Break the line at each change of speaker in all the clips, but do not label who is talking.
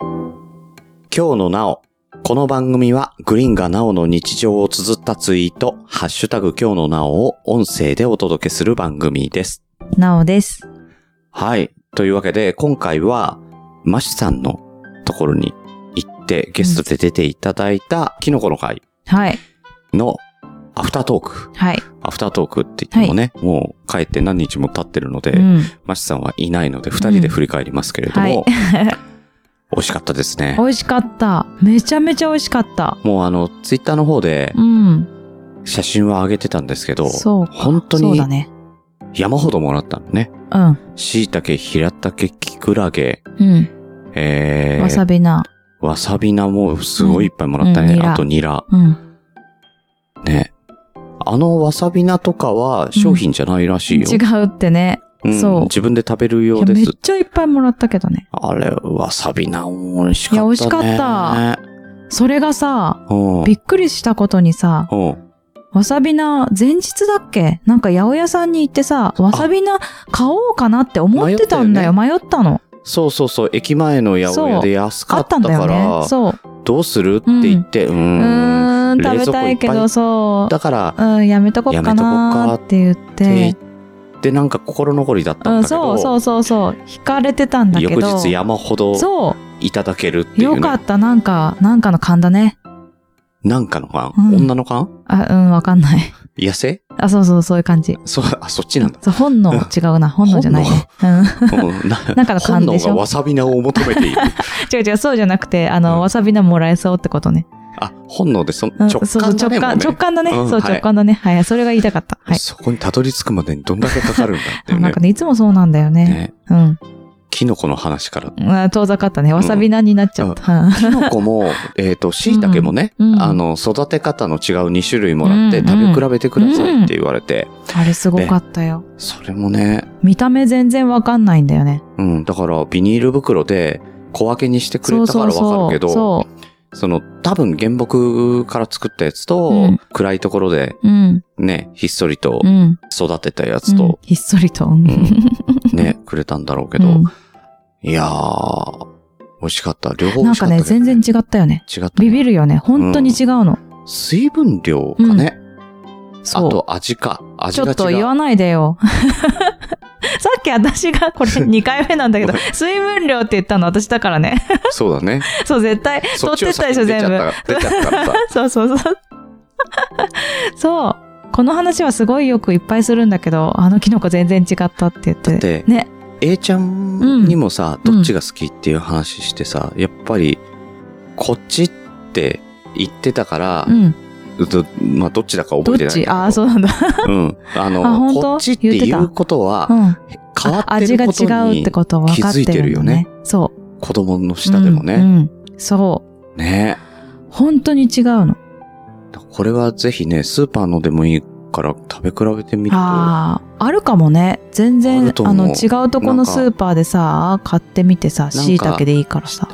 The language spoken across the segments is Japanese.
今日のなお。この番組はグリーンがなおの日常を綴ったツイート、ハッシュタグ今日のなおを音声でお届けする番組です。
なおです。
はい。というわけで、今回は、マシさんのところに行ってゲストで出ていただいたキノコの会
はい。
のアフタートーク。
はい。
アフタートークって言ってもね、もう帰って何日も経ってるので、
うん。
マシさんはいないので、二人で振り返りますけれども、美味しかったですね
美。味しかった。めちゃめちゃ美味しかった。
もうあの、ツイッターの方で
うん。
写真は上げてたんですけど、
そうか。
本当
そう
に
だね。
山ほどもらったのね。
うん。
椎茸、平茸、キクラゲ、
うん。
えー、
わさびな。
わさび菜もすごいいっぱいもらったね。
うんうんニラ
あとニラ。
うん。
ね。あのわさび菜とかは商品じゃないらしいよ。
違うってね。
ん
そう
自分で食べるよ
いうや
で
めっ
す。
ちゃいっぱいもらったけどね。
あれ、わさび菜も美味しかった、ね。
いや美味しかった。それがさ、
うん。
びっくりしたことにさ、
うん。
わさびな、前日だっけなんか八百屋さんに行ってさ、わさびな買おうかなって思ってたんだよ。迷ったの。
そうそうそう。駅前の八百屋で安
あ
か
っ
ったた
んだ
か
よ
ら、
ね。そう。
どうするって言って、うー。
うんーん、
冷
食べ
蔵庫
た
いっ
い
ぱい
けど、そう。
だから、
うん、やめとこっかなーって言っ
って
て。
言って、なんか心残りだった
うんん、
だけど、
そうそうそうそう。惹かれてたんだけど。
翌日山ほど
そ
いただけるっていう、
う。よ
ね。
かった。なんか、なんかの勘だね。
なんかの缶、
うん
女の缶
あ、うん、わかんない。
痩せ
あ、そうそう、そういう感じ。
そう、あ、そっちなん だ。
そう、本能違うな。本能じゃないね。うん。
うんな
なんかの缶でし
本能
ょ
がわさび菜を求めてい る。
違う違う、そうじゃなくて、あ
うん
の、わさび菜もらえそうってことね。
あ、本能でその
うん、
直
そうそう
感だね、も
直
う
感、
ね
直感だね。
うん
そう、
はい
直感だね。はい、それが言いたかった。はい。
そこにたどり着くまでにどんだけかかるんだっていう
な
ね
んか。ね、いつもそうなんだよね。
ね
うん。
キノコの話から。
うん遠ざかったね。わさび菜になっちゃった。うん
キノコ も、えっ、と、椎茸もね、
うんうん
あの、育て方の違う2種類もらって、
うんうん
食べ比べてくださいって言われて、
あれすごかったよ。
それもね、
見た目全然わかんないんだよね。
うん、だからビニール袋で小分けにしてく
そ
れ
う
たか
そう
らわ
そ
かるけ
う。
ど、
そ
その、多分原木から作ったやつと、
うん
暗いところで
う。うん。
ね、ひっそりと
うん。
育てたや
う
つ
ん
と、、
ひっそりと。う
うんんね、くれたんだろうけど、
うん
いやー、美味しかった。両方美
なん
味し
か
かった
ね、
けど、
全然違ったよね。
違ったね、
ビビるよね。本当に違うの。
水分量かね。あ
そう。
と味か。味
ち
が違
ょ
う。
っと言わないで よ。さっき私が、これ2回目なんだけど、水分量って言ったの私だからね。
そうだね。
そう、絶対、
そ
取
っち
っ
を
てったでしょ、全部。
部。出ちゃった。出ちゃったからさ
そうそう そう。そう。この話はすごいよくいっぱいするんだけど、あのキノコ全然違ったって言って。
だって
ね。
A ちゃんにもさ、
うん
どっちが好きっていう話してさ、やっぱり、こっちって言ってたから
う、ん。
うとまあ、どっちだか
ど
覚
っ
えてないけ
ち
ど。
ああ、そうなんだ。
うん。あの、
あ本当
こっちっていうこと
う
は、
ん。
変わって
味
る
が
こと
違うっ
に
て、ことは分かって
気づいてる
る
よ
よ
ね
ね。そう。
子供の下でも
う
ね。
ん。うんそう。
ね
本当に違うの。
これはぜひね、スーパーのでもいいから食べ比べてみると。
ああ、あるかもね。全
あ
然
る、と思
あ
う
の、違うとこのスーパーでさ、買ってみてさ、
か
椎茸でいいからさ。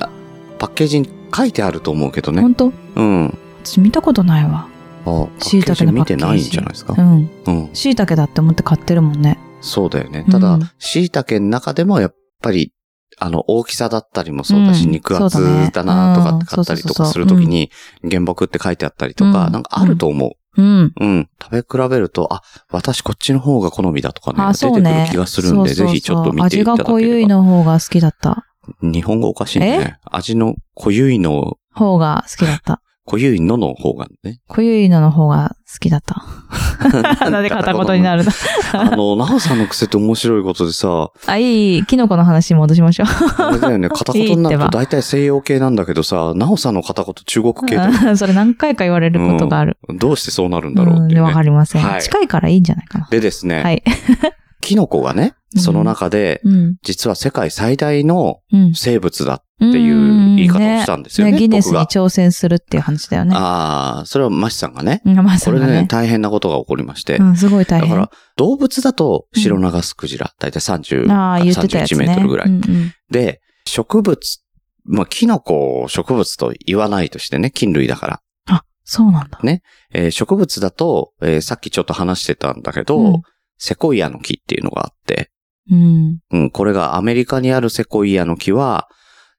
パッケージに書いてあると思うけどね。
本当
うん。
私見たことないわ。
あ、パッ
椎
ケージ
茸の
見
パッケージ。
てないんじゃないですか
う。ん。
うん。
椎茸だって思って買ってるもんね。
そうだよね。
うん
ただ、椎茸の中でもやっぱり、あの、大きさだったりもそうだし、
うん
肉
そうだね
厚だなとかって買
う
っ
ん
たりと
そうそうそ
か
うそう
するときに、原木って書いてあったりとか、
うん
なんかあると思う。
うん。
うん。食べ比べると、あ、私こっちの方が好みだとかね、
あ、
出
そ
て
う
くる
ね。
気がするんで、
そうそうそう
ぜひちょっと見ていただければ。
味が濃ゆいの方が好きだった。
日本語おかしいんでね。味の濃ゆいの、
方が好きだった。
濃ゆいのの方がね。
濃ゆいのの方が好きだった。 なんで片言にな
る
るの
あの、なおさんの癖って面白いことでさ、
あ、いい、キノコの話に戻しましょう。
あれだ よね、片言になる
いい
と
って
大体西洋系なんだけどさ、なおさんの片言中国系だよ
それ何回か言われることがある。
どうしてそうなるんだ
う
ろうっ
ん、
てい
で
う
わ
ね、
かりません、
はい
近いからいいんじゃないかな。
でですね、
はい。
キノコがね、その中で、
うん。
実は世界最大の
うん。
生物だっていう言い方をしたんですよね。
ねギネス
僕
に
が
挑戦するっていう話だよね。
ああ、それはマシさんがね、
うん、まあ、そ
こ
う
れ
だ
でね
ね、。
大変なことが起こりまして
う、ん、すごい大
だ
変。
から、動物だと、シロナガスクジラ、だいたい30、
ああ、言ってたやつ
31
ね。
メートルぐらい。
うんうん
で、植物、まあ、キノコを植物と言わないとしてね、菌類だから。
そうなんだ。
えー植物だと、えーさっきちょっと話してたんだけど、
うん
セコイアの木っていうのがあって、
うん。
うん、これがアメリカにあるセコイアの木は、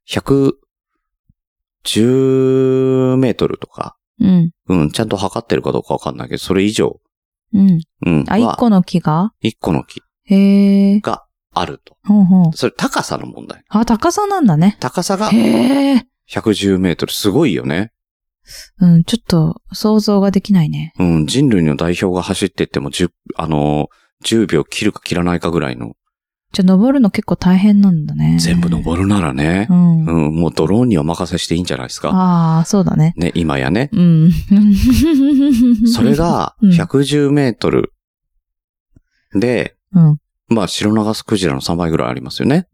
110メートルとか、
うん。
うん、ちゃんと測ってるかどうかわかんないけど、それ以上、
うん。
うん、
あ、一
は、
個の木が
一個の木
へえ。
があると。
ほうほう。
それ高さの問題。
あ、高さなんだね。
高さが
へえ。
110メートル。すごいよね。
うん、ちょっと想像ができないね。
うん、人類の代表が走っていっても、10、あのー、10秒切るか切らないかぐらいの、
じゃ、登るの結構大変なんだね。
全部登るならね
う、ん。
うん、もうドローンにお任せしていいんじゃないですか。
ああ、そうだね。
ね、今やね。
うん。
それ、が、
うん
110メートルで、
うん。
まあ、白長スクジラの3倍ぐらいありますよね。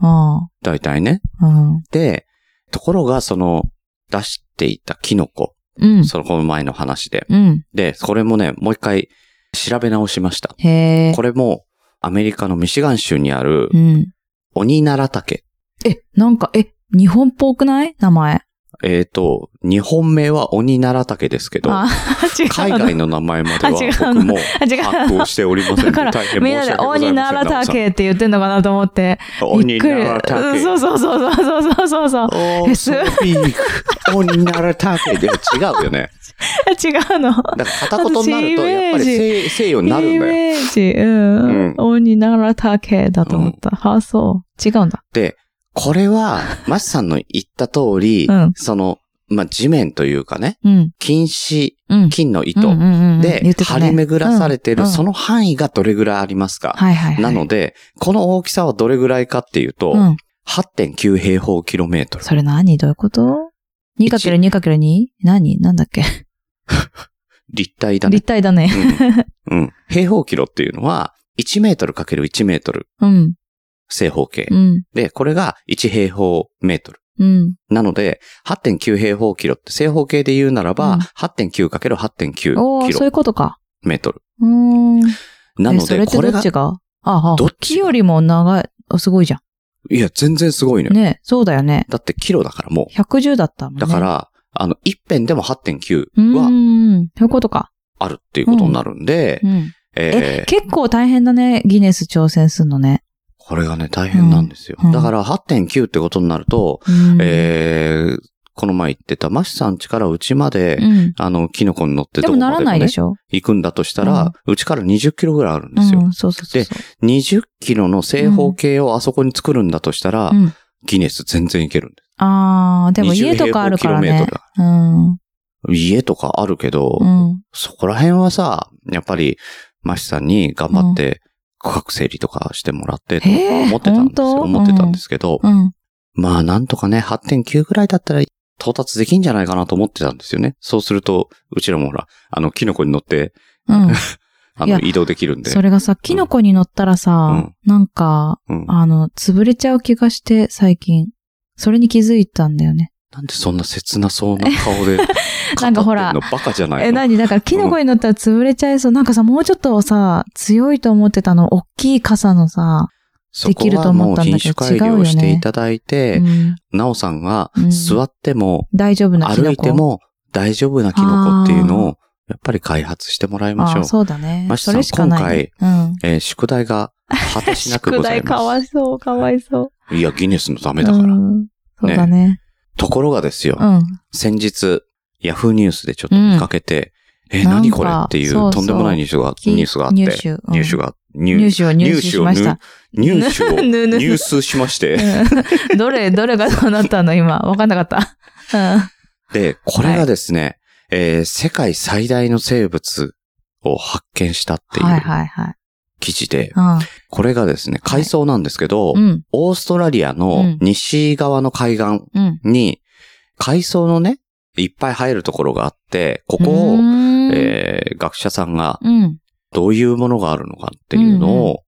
あ
大体ね。
あ、うん。
で、ところが、その、出していたキノコ、
うん。
そのこの前の話で。
うん。
で、これもね、もう一回調べ直しました。
へえ。
これも、アメリカのミシガン州にある
う、ん。
オニナラタケ。
え、なんか、え、日本っぽくない名前。
えっ、と、日本名はオニナラタケですけど、
あー、違う。
海外の名前までは
あ違うの
僕も
あ 違う
発行しておりませんので
だから
大変申
みん
し
なで、
訳
オ
ござい
ニ
ま
ナ
せん
ラタケって言ってんのかなと思って。
オ
び
ニ
っくり
ナラタ
う
ケ
ん。そうそうそうそうそうそうそう。
オーソピーク。オニナラタケ。でも違うよね。
違うの。
だから片言になると、やっぱり
私イ
西西洋になるん
イ
だよ。
メージ、うん。
うん
オニナラタケだと思った。あ、そう。違うんだ。
で、これは、マスさんの言った通り、
うん
その、まあ、地面というかね、
うん。
禁止、
うん。
金の糸
うんうんうんうん
で
言ってた
張
ね
り巡らされている、
うん
その範囲がどれぐらいありますか、
はいはいはい。
なので、この大きさはどれぐらいかっていうと、
うん。
8.9平方キロメートル。
それ何どういうこと ?2×2×2? 何なんだっけ、
立体だね。
立体だね。
うん、う ん平方キロっていうのは、1メートルかける1メートル
うん。
正方形。
うん。
で、これが1平方メートル。
うん。
なので、8.9平方キロって正方形で言うならば、
うん
8.9かける8.9キ
おー、そうい
ロ
うことか。
メートル。
うーん。
な
え
の
そ
で、
れって
これ
ど
が
っち、がああ、
どっちが
こっちよりも長い。あすごいじゃ
いや、全然すごいのよ。
ん。ねそうだよね。
だってキロだからも
110だったも
う。
んね。
だから、あの、一辺でも8.9
うー
は
ん。そういうことか。
あるっていうことになるんで、
うん。
え
え
ー、
結構大変だね。ギネス挑戦するのね。
これがね、大変なんですよ。
うんうん
だから8.9ってことになると、
うん
えー、この前言ってた、マシさん家からうちまで、
うん。
あの、キノコに乗って
で
ど
も
こ
な
ま
ら
でも、
ないで
ね、
しょ
行くんだとしたら、うちから20キロぐらいあるんですよ。
うん、そうそうそうそう。
20キロの正方形をあそこに作るんだとしたら、
うん
ギネス全然いけるんで
ああ、でも家とかあるから
20平
ね
方キロメートルだ。
うん。う
す。家とかあるけど、
ん。
そこら辺はさ、やっぱり、マシさんに頑張って、区画整理とかしてもらって、と
へえ
思ってたんですよ。
本当
思ってたんですけど、
うん。
まあなんとかね、8.9ぐらいだったら到達できんじゃないかなと思ってたんですよね。そうすると、うちらもほら、あの、キノコに乗って、
うん。
あ
いや
の、移動でき るんで。
それがさ、キノコに乗ったらさ、なんか、
うん。
あの、潰れちゃう気がして、最近。それに気づいたんだよね。。
なんでそんな切なそうな顔で
なんかほら
語ってんのバカじゃない
え、
の
なにだから、キノコに乗ったら潰れちゃいそう。なんかさ、もうちょっとさ、強いと思ってたの、大きい傘のさ、
そこはもう品種改良をしていただいて、
うん
なおさんが
うん
座っても
大丈夫なキノコ。
歩いても大丈夫なキノコっていうのをやっぱり開発してもらいましょ
あ
う
あ、。そうだね。
ましさ
そ
ん
れしかない、ね。うん。
えー宿題が果たしなくござい
宿題か
ま
わいそう、かわいそう。
す。いや、ギネスのためだから。
うんそうだね。
ところがですよ、
うん。
先日、ヤフーニュースでちょっと見かけて、え、
なんか
何これっていう
そうそ
と
う
んでもないニュースが、
き
ニュースがあって、
入手。うん
ニュースが、ニ
入手を入手
入
しました。
ニュースを
ぬぬ
入手しまして。
うんどれ、どれがそうなったの今。わかんなかった。うん
で、これがですね、えー世界最大の生物を発見したってい
はいうはいはい。
記事で、
う
これがですね、海藻なんですけど、
ん。うん。
オーストラリアの西側の海岸
うん。
に、海藻のね、いっぱい生えるところがあって、ここ
う
を、
ーん
えー学者さんが
うん。
どういうものがあるのかっていうの
うん
を、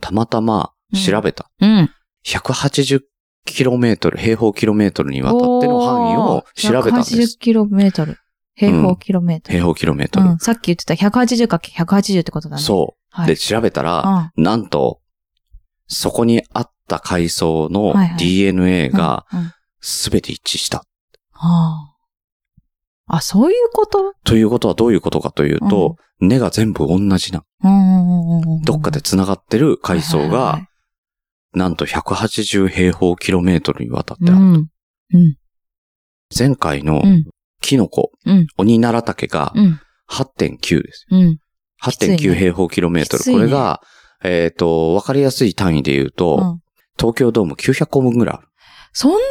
たまたま調べた。
うん。
180キロメートル、平方キロメートルにわたっての範囲を調べたんです
180。キロメートル。平方キロメートル。
平方キロメートル。
うん。さっき言ってた180かけ180ってことだね。う。
そ
は
う。
い
で、。調べたら、
あ
なんと、そこにあった海藻の
はいはい
DNA が
うんうん
すべて一致した。
ああ。あ、そういうこと
ということはどういうことかというと、根が全部同じな。
うんうんうんうんうん。
どっかで繋がってる海藻
はいはいは
が
い
なんと180平方キロメートルにわたって
う
ある。
ん。うん。
前回の
うん。
キノコ、
うん
鬼奈良竹が
うん。
8.9ですよ。
うん。きつい
8.9
ね
平方キロメートル。
きついね
これが、えっ、と、わかりやすい単位で言うと、
うん
東京ドーム900個分ぐらいある。
そんなに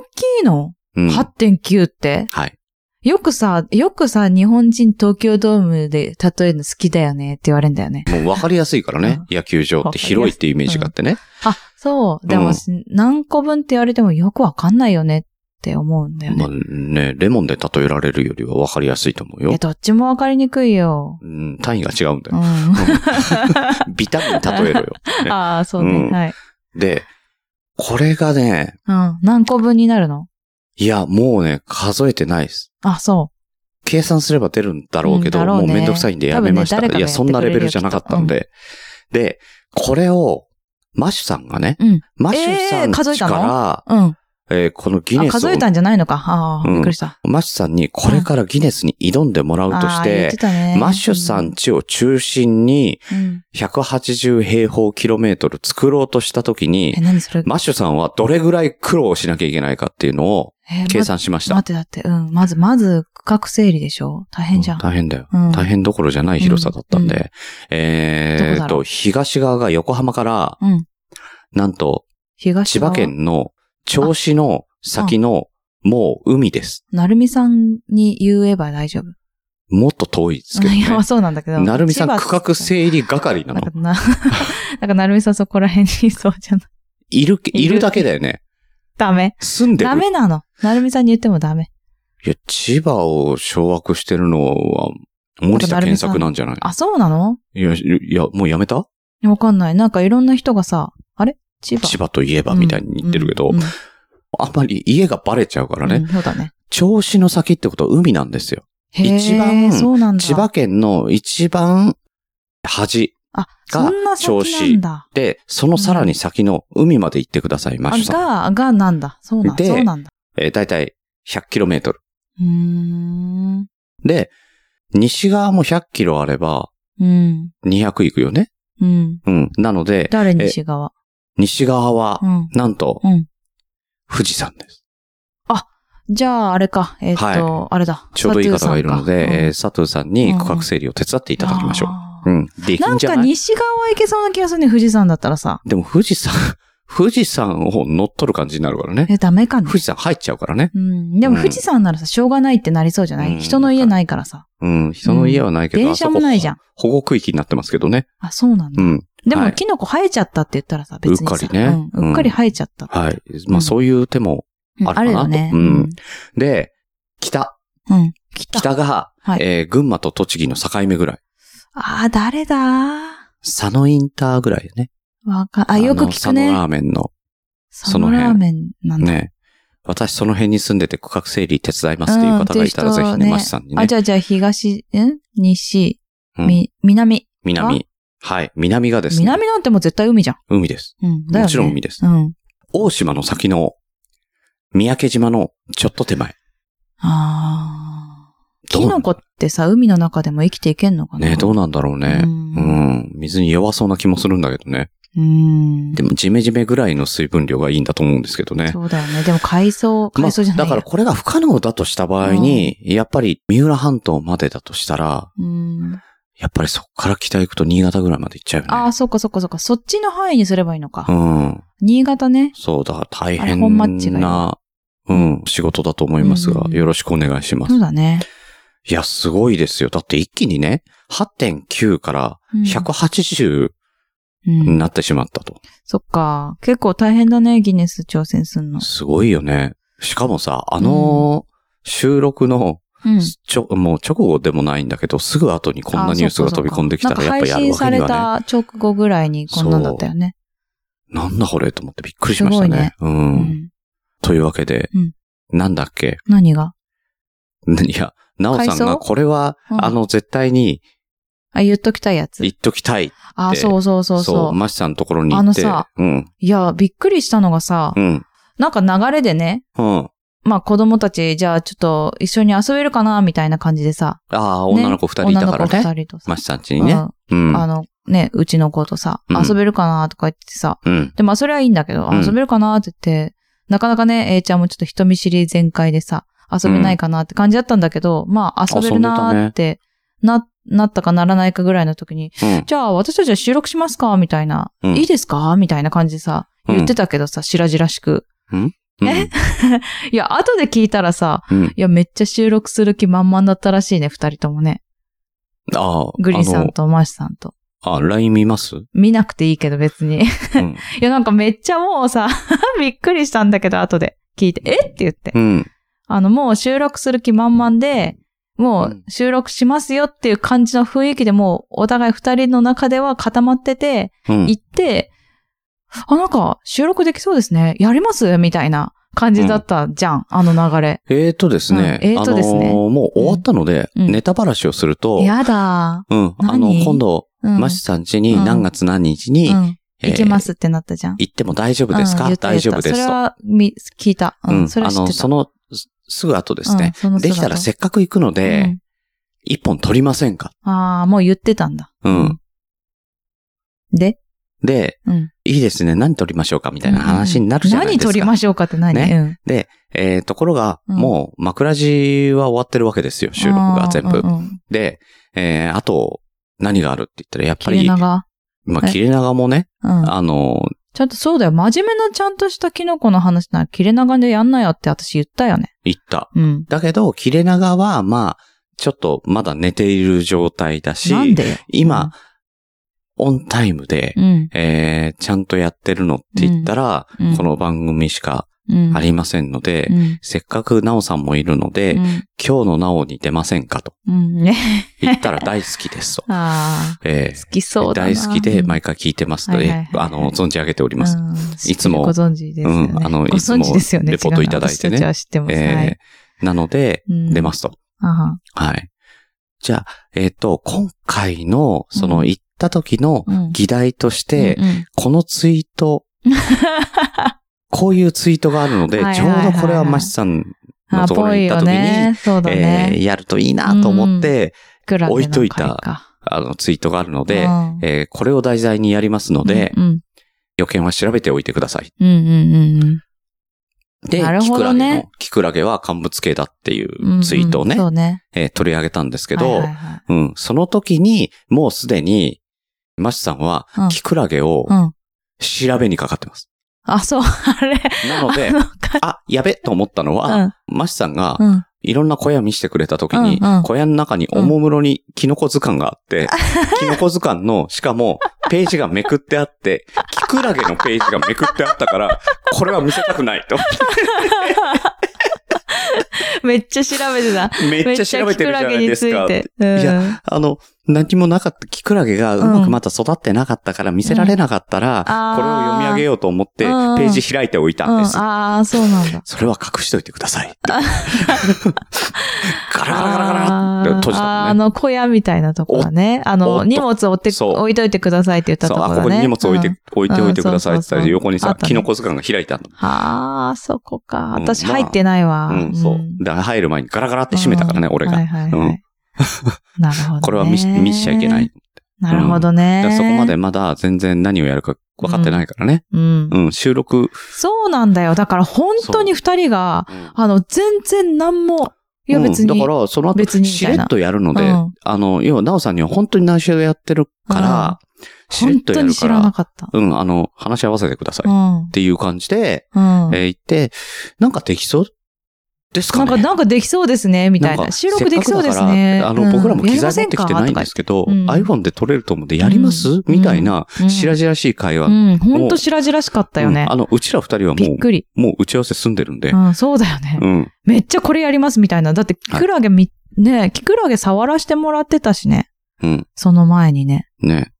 大きいの
うん、
?8.9 って。
はい。
よくさ、よくさ、日本人東京ドームで例えるの好きだよねって言われるんだよね。
もうわかりやすいからね、野球場って広いっていうイメージがあってね。
あ、そう。でも、
うん
何個分って言われてもよくわかんないよねって思うんだよ
ま
ね
あ。ね、レモンで例えられるよりはわかりやすいと思う
い
よ
や、。どっちもわかりにくいよ。
うん、単位が違うんだ
う
よ。
ん。
ビタミン例えろよ。ね
ああ、そう
うん
ね。はい。
で、これがね、
うん。何個分になるの
いや、もうね、数えてないです。
あ、そ
計算すれば出るんだろうけど、
うんだろう
も
ね
うめんどくさいんでやめました。
多分ね
いや、
誰かがやって
そ
く
ん
れる
なレベルじゃなかったんで。で、これを、マシュさんがね、
うん
マシュさん
えー数え
ち
たの
か
う。うん。
ら、えーこのギ
あ、
ネス
数
を
え、たんじゃないのか。ああ、
うん
びっくりした。
マシュさんにこれからギネスに挑んでもらうとし、
あー言ってたね
マシュさん、ちを中心に
うん
180平方キロメートル作ろうとしたときに
え、、何それ
マシュさんはどれぐらい苦労しなきゃいけないかっていうのを
えーま
計算しました。
待って、だって、うん。まず、まず、区画整理でしょ大変じゃん。
大変だよ。
うん
大変どころじゃない広さだったんで、
うん
え
どこ
ーっ
だろ
と、東側が横浜から、
うん。
なんと、
東
千
側
葉。県の銚子の先の、もう海です。
なるみさんに言えば大丈夫。
もっと遠いですけど
いや、まあ
ね。
そうなんだけど。
なるみさん
千葉
区画整理係な
なん
の
か。な、 なんかなるみさんそこら辺にいそうじ ゃない。
いる、
いる
いるだけだよね。
ダメ。
住んでる
ダ。メなの。なるみさんに言ってもダメ。
いや、千葉を掌握してるのは、森田健作なんじゃない
あ、そうなの
いや、いや、もうやめた
わかんない。なんかいろんな人がさ、あれ千葉。
千葉といえばみたいに言ってるけど
うん、
あんまり家がバレちゃうから
う
ね
ん。そうだね。
銚子の先ってことは海なんですよ。
へー
一番
そうなんだ。
千葉県の一番端
あ、そんな先なんだ。
で、そのさらに先の海まで行ってください、マ
あ
シュさん。
が、がなんだ。そうなんだ。
で
そうなんだ。
えー、だいたい100キロメートル。
うーん。
で、西側も100キロあれば
うん。
200行くよね。
うん。
うん。なので、
誰に西側。
西側は
う、ん。
なんと
うん、
富士山です。
じゃあ、あれか。えっ
は
と、あれだ。
ちょうどいい方がいるの
サトゥーさんか
で、えー佐藤さんに
うん
区画整理を手伝っていただきましょ
あ
う。
ー
うん。でき
なんん
じゃ
か
ない
西側は行けそうな気がするね、富士山だったらさ。
でも富士山、富士山を乗っ取る感じになるからね。
え、ダメかね
富。士山入っちゃうからね。
うん。でも富士山ならさ、しょうがないってなりそうじゃな
うん
い人の家ないからさ。
うん、人の家はないけど、
電車もないじゃ
ん。
ん。
保護区域になってますけどね。
あ、そうなん
う
だ。
ん。
で
は
も、
い
キノコ生えちゃったって言ったらさ、別にさ。
うっかりね
うんうっかり生えちゃった。
はい。まあ、そういう手も。
うん
あるかな
あるよね。
とうんで、北。
うん。来た。
北が、
はい
えー群馬と栃木の境目ぐらい。
あー、誰だ
佐野インターぐらいね。
わか、あ、よく
の
聞くね。
佐野ラーメンの。
そのラーメンなんだ。
ね。私、その辺に住んでて区画整理手伝いますっていう方がいたら、
うん
ぜひ
っていう人は
ね、
ね
マシさんに
あ、
ね
じ。ゃあじゃあ東、ん西、
うん
み、南。
南。はい。南がですね。
南なんてもう絶対海じゃん。
海です。
うん。だよね
もちろん海です。
うん。
大島の先の、三宅島のちょっと手前。
あー
どう
キノコってさ、海の中でも生きていけんのかな
ね、どうなんだろうね。
うん
うん。水に弱そうな気もするんだけどね。
うん
で。も、ジメジメぐらいの水分量がいいんだと思うんですけどね。
そうだよね。でも海藻、
まあ
海藻じゃない
だから
や。
これが不可能だとした場合に、やっぱり三浦半島までだとしたら、
うん。
やっぱりそこから北行くと新潟ぐらいまで行っちゃう
あ
よ
あ、
ね。
そっかそっかそっか。そっちの範囲にすればいいのか。
うん。
新潟ね。
そう、だから大
あれ本マッチ
変
がい
な、うん、仕事だと思いますが
う、ん
よろしくお願いします
そう。だね。
いや、すごいですよ。だって一気にね、8.9から
うん
180
うん
になってしまったと。
そっか。結構大変だね、ギネス挑戦すんの。
すごいよね。しかもさ、あの収録の、
うん
ちょ、もう直後でもないんだけど、すぐ後にこんなニュースが飛び込んできたら、やっぱやるわけに
なんか
はね。
配信された直後ぐらいにこんなんだったよね。
なんだこれと思ってびっくりしましたね。う、
うんん。
というわけで、
うん
なんだっけ
何が
いや、なおさん
海
が
藻
これは、
うん
あの、絶対に
あ、言っときたいやつ
言。っときたい。
あ、そうそうそうそう。
マシさんのところに行って。
あのさ
うん。
いや、びっくりしたのがさ
う、ん。
なんか流れでね、
うん。
まあ子供たち、じゃあちょっと一緒に遊べるかな、みたいな感じでさ。
ああ、女の子二人いたから
女の
ね。
子二人とさ。
マシさんちにね。う
うんん。あの、ね、うちの子とさ、
うん
遊べるかな、とか言ってさ。
うん。
で、まあそれはいいんだけど、
うん
遊べるかな、って言って、なかなかね、A ちゃんもちょっと人見知り全開でさ、遊べないかなって感じだったんだけど、まあ遊べるなーって、な、なったかならないかぐらいの時に、
うん。
じゃあ私たちは収録しますかみたいな。
うん
いいですかみたいな感じでさ、
うん
言ってたけどさ、白々しく。
うん
いや、後で聞いたらさ、
うん。
いや、めっちゃ収録する気満々だったらしいね、二人ともね。
ああ、
グリさ
あ
ん
の
とマシさんと。
あ、LINE 見 ます
見なくていいけど別 に。い
うん。
や、なんかめっちゃもうさ、 びっくりしたんだけど、後で聞いて、えって言って
う。ん。
あの、もう収録する気満々で、も
うん
う収録しますよっていう感じの雰囲気でもう、お互い二人の中では固まってて、
うん。
行って、あ、なんか収録できそうですね。やりますみたいな感じだったじゃん、あの流れ。
えーとですね。
うんえーとですね
あのーもう終わったので、
うん
ネタばらしをすると、
やだ
うん。あの、
何
今度、
ー。うん。
マシさん家に何月何日に、
うん。
えー
行けますってなったじゃん。
行っても大丈夫ですか、
うん言った
大丈夫で
言
す
ったそれ
と。
は、み、聞いた。うん。それ
あ
は知っ
の、
てた。
その、すすぐ後ですね。
うん
できたらせっかく行くので、一、本取りませんか
うんああ、もう言ってたんだ。
うん。
で
で、
うん。
いいですね。何取りましょうかみたいな話になるじゃないですか。
何取りましょうかって何
ね
うん
で、えーところが、
うん
もう、枕地は終わってるわけですよ。収録が全部。
あーうんうん
で、えーあと、何があるって言ったら、やっぱ
切れ
り、
長。
まあ、
え
切れ長もね、
うん。
あの、
ちゃんとそうだよ。真面目なちゃんとしたキノコの話なら切れ長でやんなよって私言ったよね。
言った。
うん。
だけど、切れ長は、まあ、ちょっとまだ寝ている状態だし、
なんでよ
今、オンタイムで、
うん。
えーちゃんとやってるのって言ったら、
うん
この番組しか
うん
ありませんので、
うん
せっかくなおさんもいるので、
うん
今日のなおに出ませんかと
うん。ね。。
言ったら大好きですと
あ
え
あ。
ー
好きそうだな。
大好きで毎回聞いてますの
はい
で、
はいはい
あの、存じ上げております。
う
い
ん
つも
ご存知ですよね。
うんあの
ご存知ですよね。
いつもレポートいただいてね
違うな私たちは知ってます。
えー
はい。。
なので、出ますすと。
あは
はい。じゃあ、えっ、と、今回の、その、
うん
行った時の
うん
議題として、
うんうん
このツイー ト、こういうツイートがあるので、
はいはい
ちょ
はいう
どこれはマシさんの
あ、
ところ
ぽ
に
い
行っ
よ
た時に、
ね。そうだ
え
ね。
ーやるといいなと思って、
いくらでの
置いといた
回か
あの、ツイートがあるので、
うん
えーこれを題材にやりますので、
うん
予見は調べておいてください。
うんうんうんうん。
で、
なる
キ
ほ
クラ
ど
ゲの
ね、
キクラゲは乾物系だってい
うんう
うんツイートをね、
そうね。
えー取り上げたんですけど、
はいはいはい
うん、その時に、もうすでに、マシさんは
うん、
キクラゲを
うん。
調べにかかってます。
あ、そう、あれ。
なので
あ、の
あ、やべと思ったのは、マシさんが、
うん。うん
いろんな小屋見せてくれた時に、
うんうん
小屋の中におもむろにキノコ図鑑があ って、キノコ図鑑の、しかも、ページがめくってあって、キクラゲのページがめくってあったから、これは見せたくない と。
めっちゃ調べてた。
めっちゃ調べてるじゃないですか。
めっちゃキクラゲについて。
い
や、
あの、何もなかった、キクラゲがうまくまた育ってなかったから見せられなかったら、
あー
これを読み上げようと思って、ペ
うん
ージ開いておいたんです
うん、。ああ、そうなんだ。
それは隠しといてくださ い。ガラガラガラガラって閉じた
あー
も
あ
んね。
の、小屋みたいなとこだね。あ
おっ
の、
と
荷物を置って、
そう
置いといてくださいって言った
そ
と
う、
こだね。
あ、ここに荷物置いて、
うん
置いておいてくださいって言った
うんそうそうそ
ら
う
横に
あ
さ
っ、たね
キノコ図鑑が開いたの。
ああ、そこか。
うん
私
まあ
入ってないわ。
うん、そう。だから入る前にガラガラって閉めたからね、俺
は
が
い。はいはい。
うん
なるほど、ね。
これは見し見しちゃいけない。。
なるほどね
だ。からそこまで。まだ全然何をやるか分かってないからね。
うん。
うん、収録。
そうなんだよ。だから本当に二人が、あの、全然何も、いや
うん
別に。
だから、その後、
別にみ
し
た
れ
いな
っとやるので、
うん
あの、要は、なおさんには本当に内緒でやってるから、しれっ
本
と
当
やる
に
か
知らな
ら、
かった。
うん、あの、話し合わせてください。っ
うん。うん。
ていう感じで、え
な
ー言って、なんかできそうですか
ん
ね
か、なんかできそうですね、みた
な
い
ん
な。
か
収録できそうです
せっ。
ね。
かくだからあの、僕らも機材持ってきてないんですすけど、
うん
iPhone で撮れると思うんで、やります、
うん
みたいな、
うん
しらじらしい会話。
うん、ほんと白々しかったよ
う
ね
んあ。の、うちら二人は
び
も
っくり。
う、もう打ち合わせ済んでるんで
う。ん、そうだよね
う。ん。
めっちゃこれやりますみたいな。だって、キクラゲみ、ね、キクラゲ触らしてもらってたしね。
うん。
その前にね。
ね。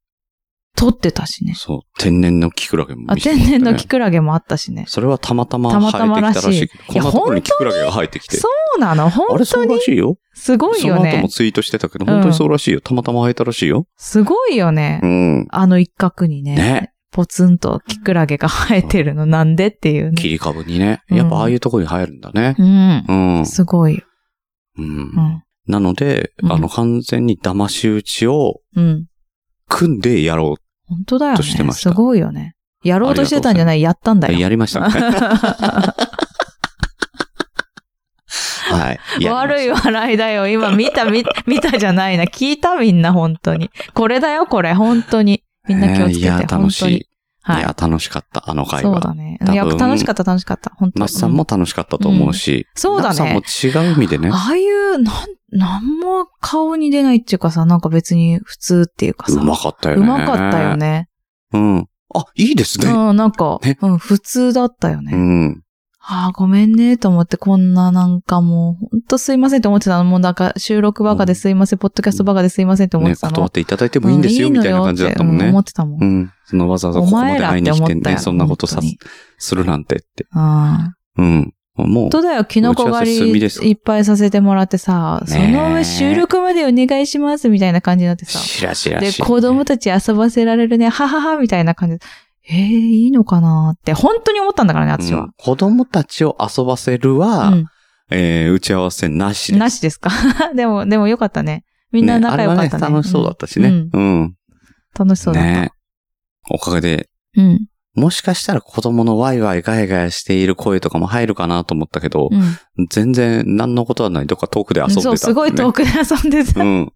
撮ってたしね。
そう。天然のキクラゲも
あ、
見せて
天
もらってね
然のキクラゲもあったしね。
それはたまたま
たまたま
生えてきたらしい。
らしい
こんなところにキクラゲが生えてきて。
そうなの
あ
本
れ、そ
当
う
に
らしいよ。
すごい
そ
よ
の後も
ね。
ツイートしてたけど、
うん
本当にそうらしいよ。たまたま生えたらしいよ。
すごいよね
う。ん。
あの一角にね。
ね
ポツンとキクラゲが生えてるのなんでっていう
切
ね。
り株にね。
うん
やっぱああいうとこに生えるんだね。
うん
う。ん。うん。
すごいよ。うん。
なので、
うん
あの、完全に騙し討ちを
うん。
組んでやろ
本当だよ
として
ね。
ました
すごいよね。やろうとしてたんじゃない、やったんだ
う。
よ。
やりま したね。はい。やりました
悪い。笑いだよ。今見た、見、 見たじゃないな。聞いたみんな、本当に。これだよ、これ、本当に。みんな気をつけ
え
て、
ーいや、
本
楽
当
しい。
に
い。
はい。
や、楽しかった、あの会
そう
話。
だね。
多分
いや、楽しかった、楽しかった。本当
マスさんも楽しかったと思うし。
うんそうだね
ナさんも違う意味でね。
ああいう、なん、なんも顔に出ないっていうかさ、なんか別に普通っていうかさ。
うまかったよ
う
ね。
まかったよ。ね。
うん。あ、いいですね。
うん、なんか、
ね
うん、普通だったよね。
うん。
ああ、ごめんね、と思って、こんななんかもう、ほんとすいませんって思ってたの。もうなんか、収録バカですいません、ポッドキャストバカですいませんって思っ
ね、
てたの。
断っていただいてもいいんですよ、
う
みたいな感じだったもん
いいのよっ
ね
てう思。ってたもん。
う
うん
ん。そのわざわざここまで会いに来てね、そんなことさ
本当、に
するなんてって。
本
うん。もう、
当だよ、キノコ
打ち合
狩
わせ済み
り
です
いっぱいさせてもらってさ、そ
ねえ
の上収録までお願いしますみたいな感じになってさ、
しらしら
で、
し。
子供たち遊ばせられるね、はははみたいな感じで、えー、いいのかなって、本当に思ったんだからね、私
う
は
ん。子供たちを遊ばせるは、
うん
えー打ち合わせなしです。
なしですか でも、でもよかったね。みんな仲良かったね。
あれはね、楽しそうだったしね。
うん
うん。
楽しそうだった。
ねおかげで、
うん。
もしかしたら子供のワイワイガヤガヤしている声とかも入るかなと思ったけど、
うん。
全然何のことはない、どっか遠くで遊んでたって
そ
ね、
う、すごい遠
く。
くで遊んでた。
うん。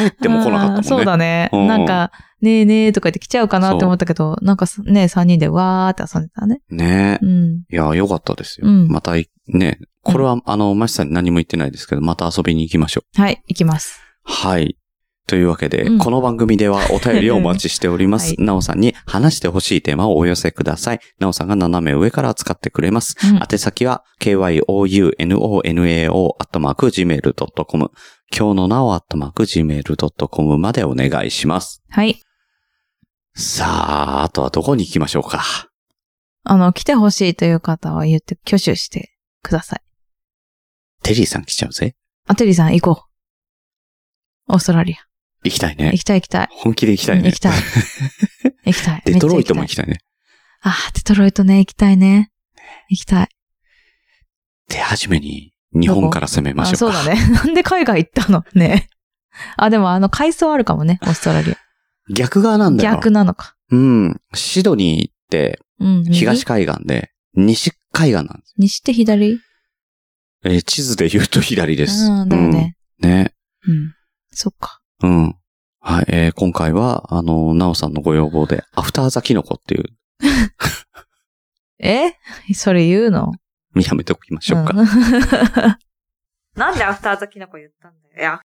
帰っても来なかったもん
あ
ね。
ー そうだね。
うん
なんか、ねえねえとか言って来ちゃうかなって思ったけど、なんかすね、三人でわーって遊んでたね。
ね
うん。
いや、よかったですよ。
うん
またい、ねこれは、あの、マシさんに何も言ってないですけど、また遊びに行きましょう。
はい、行きます。
はい。というわけで、
うん
この番組ではお便りを お待ちしております。
は
なおさんに話してほしいテーマをお寄せください。なおさんが斜め上から扱ってくれます。
うん
宛先は、kyounonao.gmail.com。今日のなお .gmail.com までお願いします。
はい。
さあ、あとはどこに行きましょうか。
あの、来てほしいという方は言って、挙手してください。
テリーさん来ちゃうぜ。
あ、テリーさん行こう。オーストラリア。
行きたいね
行。きたい行きたい。
本気で行きたい
うん
ね
行き。たい。行きたい。
デトロイトも
めっ
行き
ち
たいね。
ゃ行きたい。あー、デトロイトね、行きたいね。行きたい。
手始めに日本から攻めま
あ
しょうか。
そうだ。ね。 なんで海外行ったのね。あ、でもあの、海藻あるかもね、オーストラリア。
逆側なんだよ。
逆なのか。
うん。シドニーって
うん。右
東海岸で、西海岸なんです
西って左
よ。えー地図で言うと左です。
うん、だよね。
うん。ね。
うん。そっか。
うん。はい。えー今回は、あの、ナオさんのご要望で、アフターザキノコっていう、
え それ言うの
やめておきましょうか。
うんなんでアフターザキノコ言ったんだよ。いや、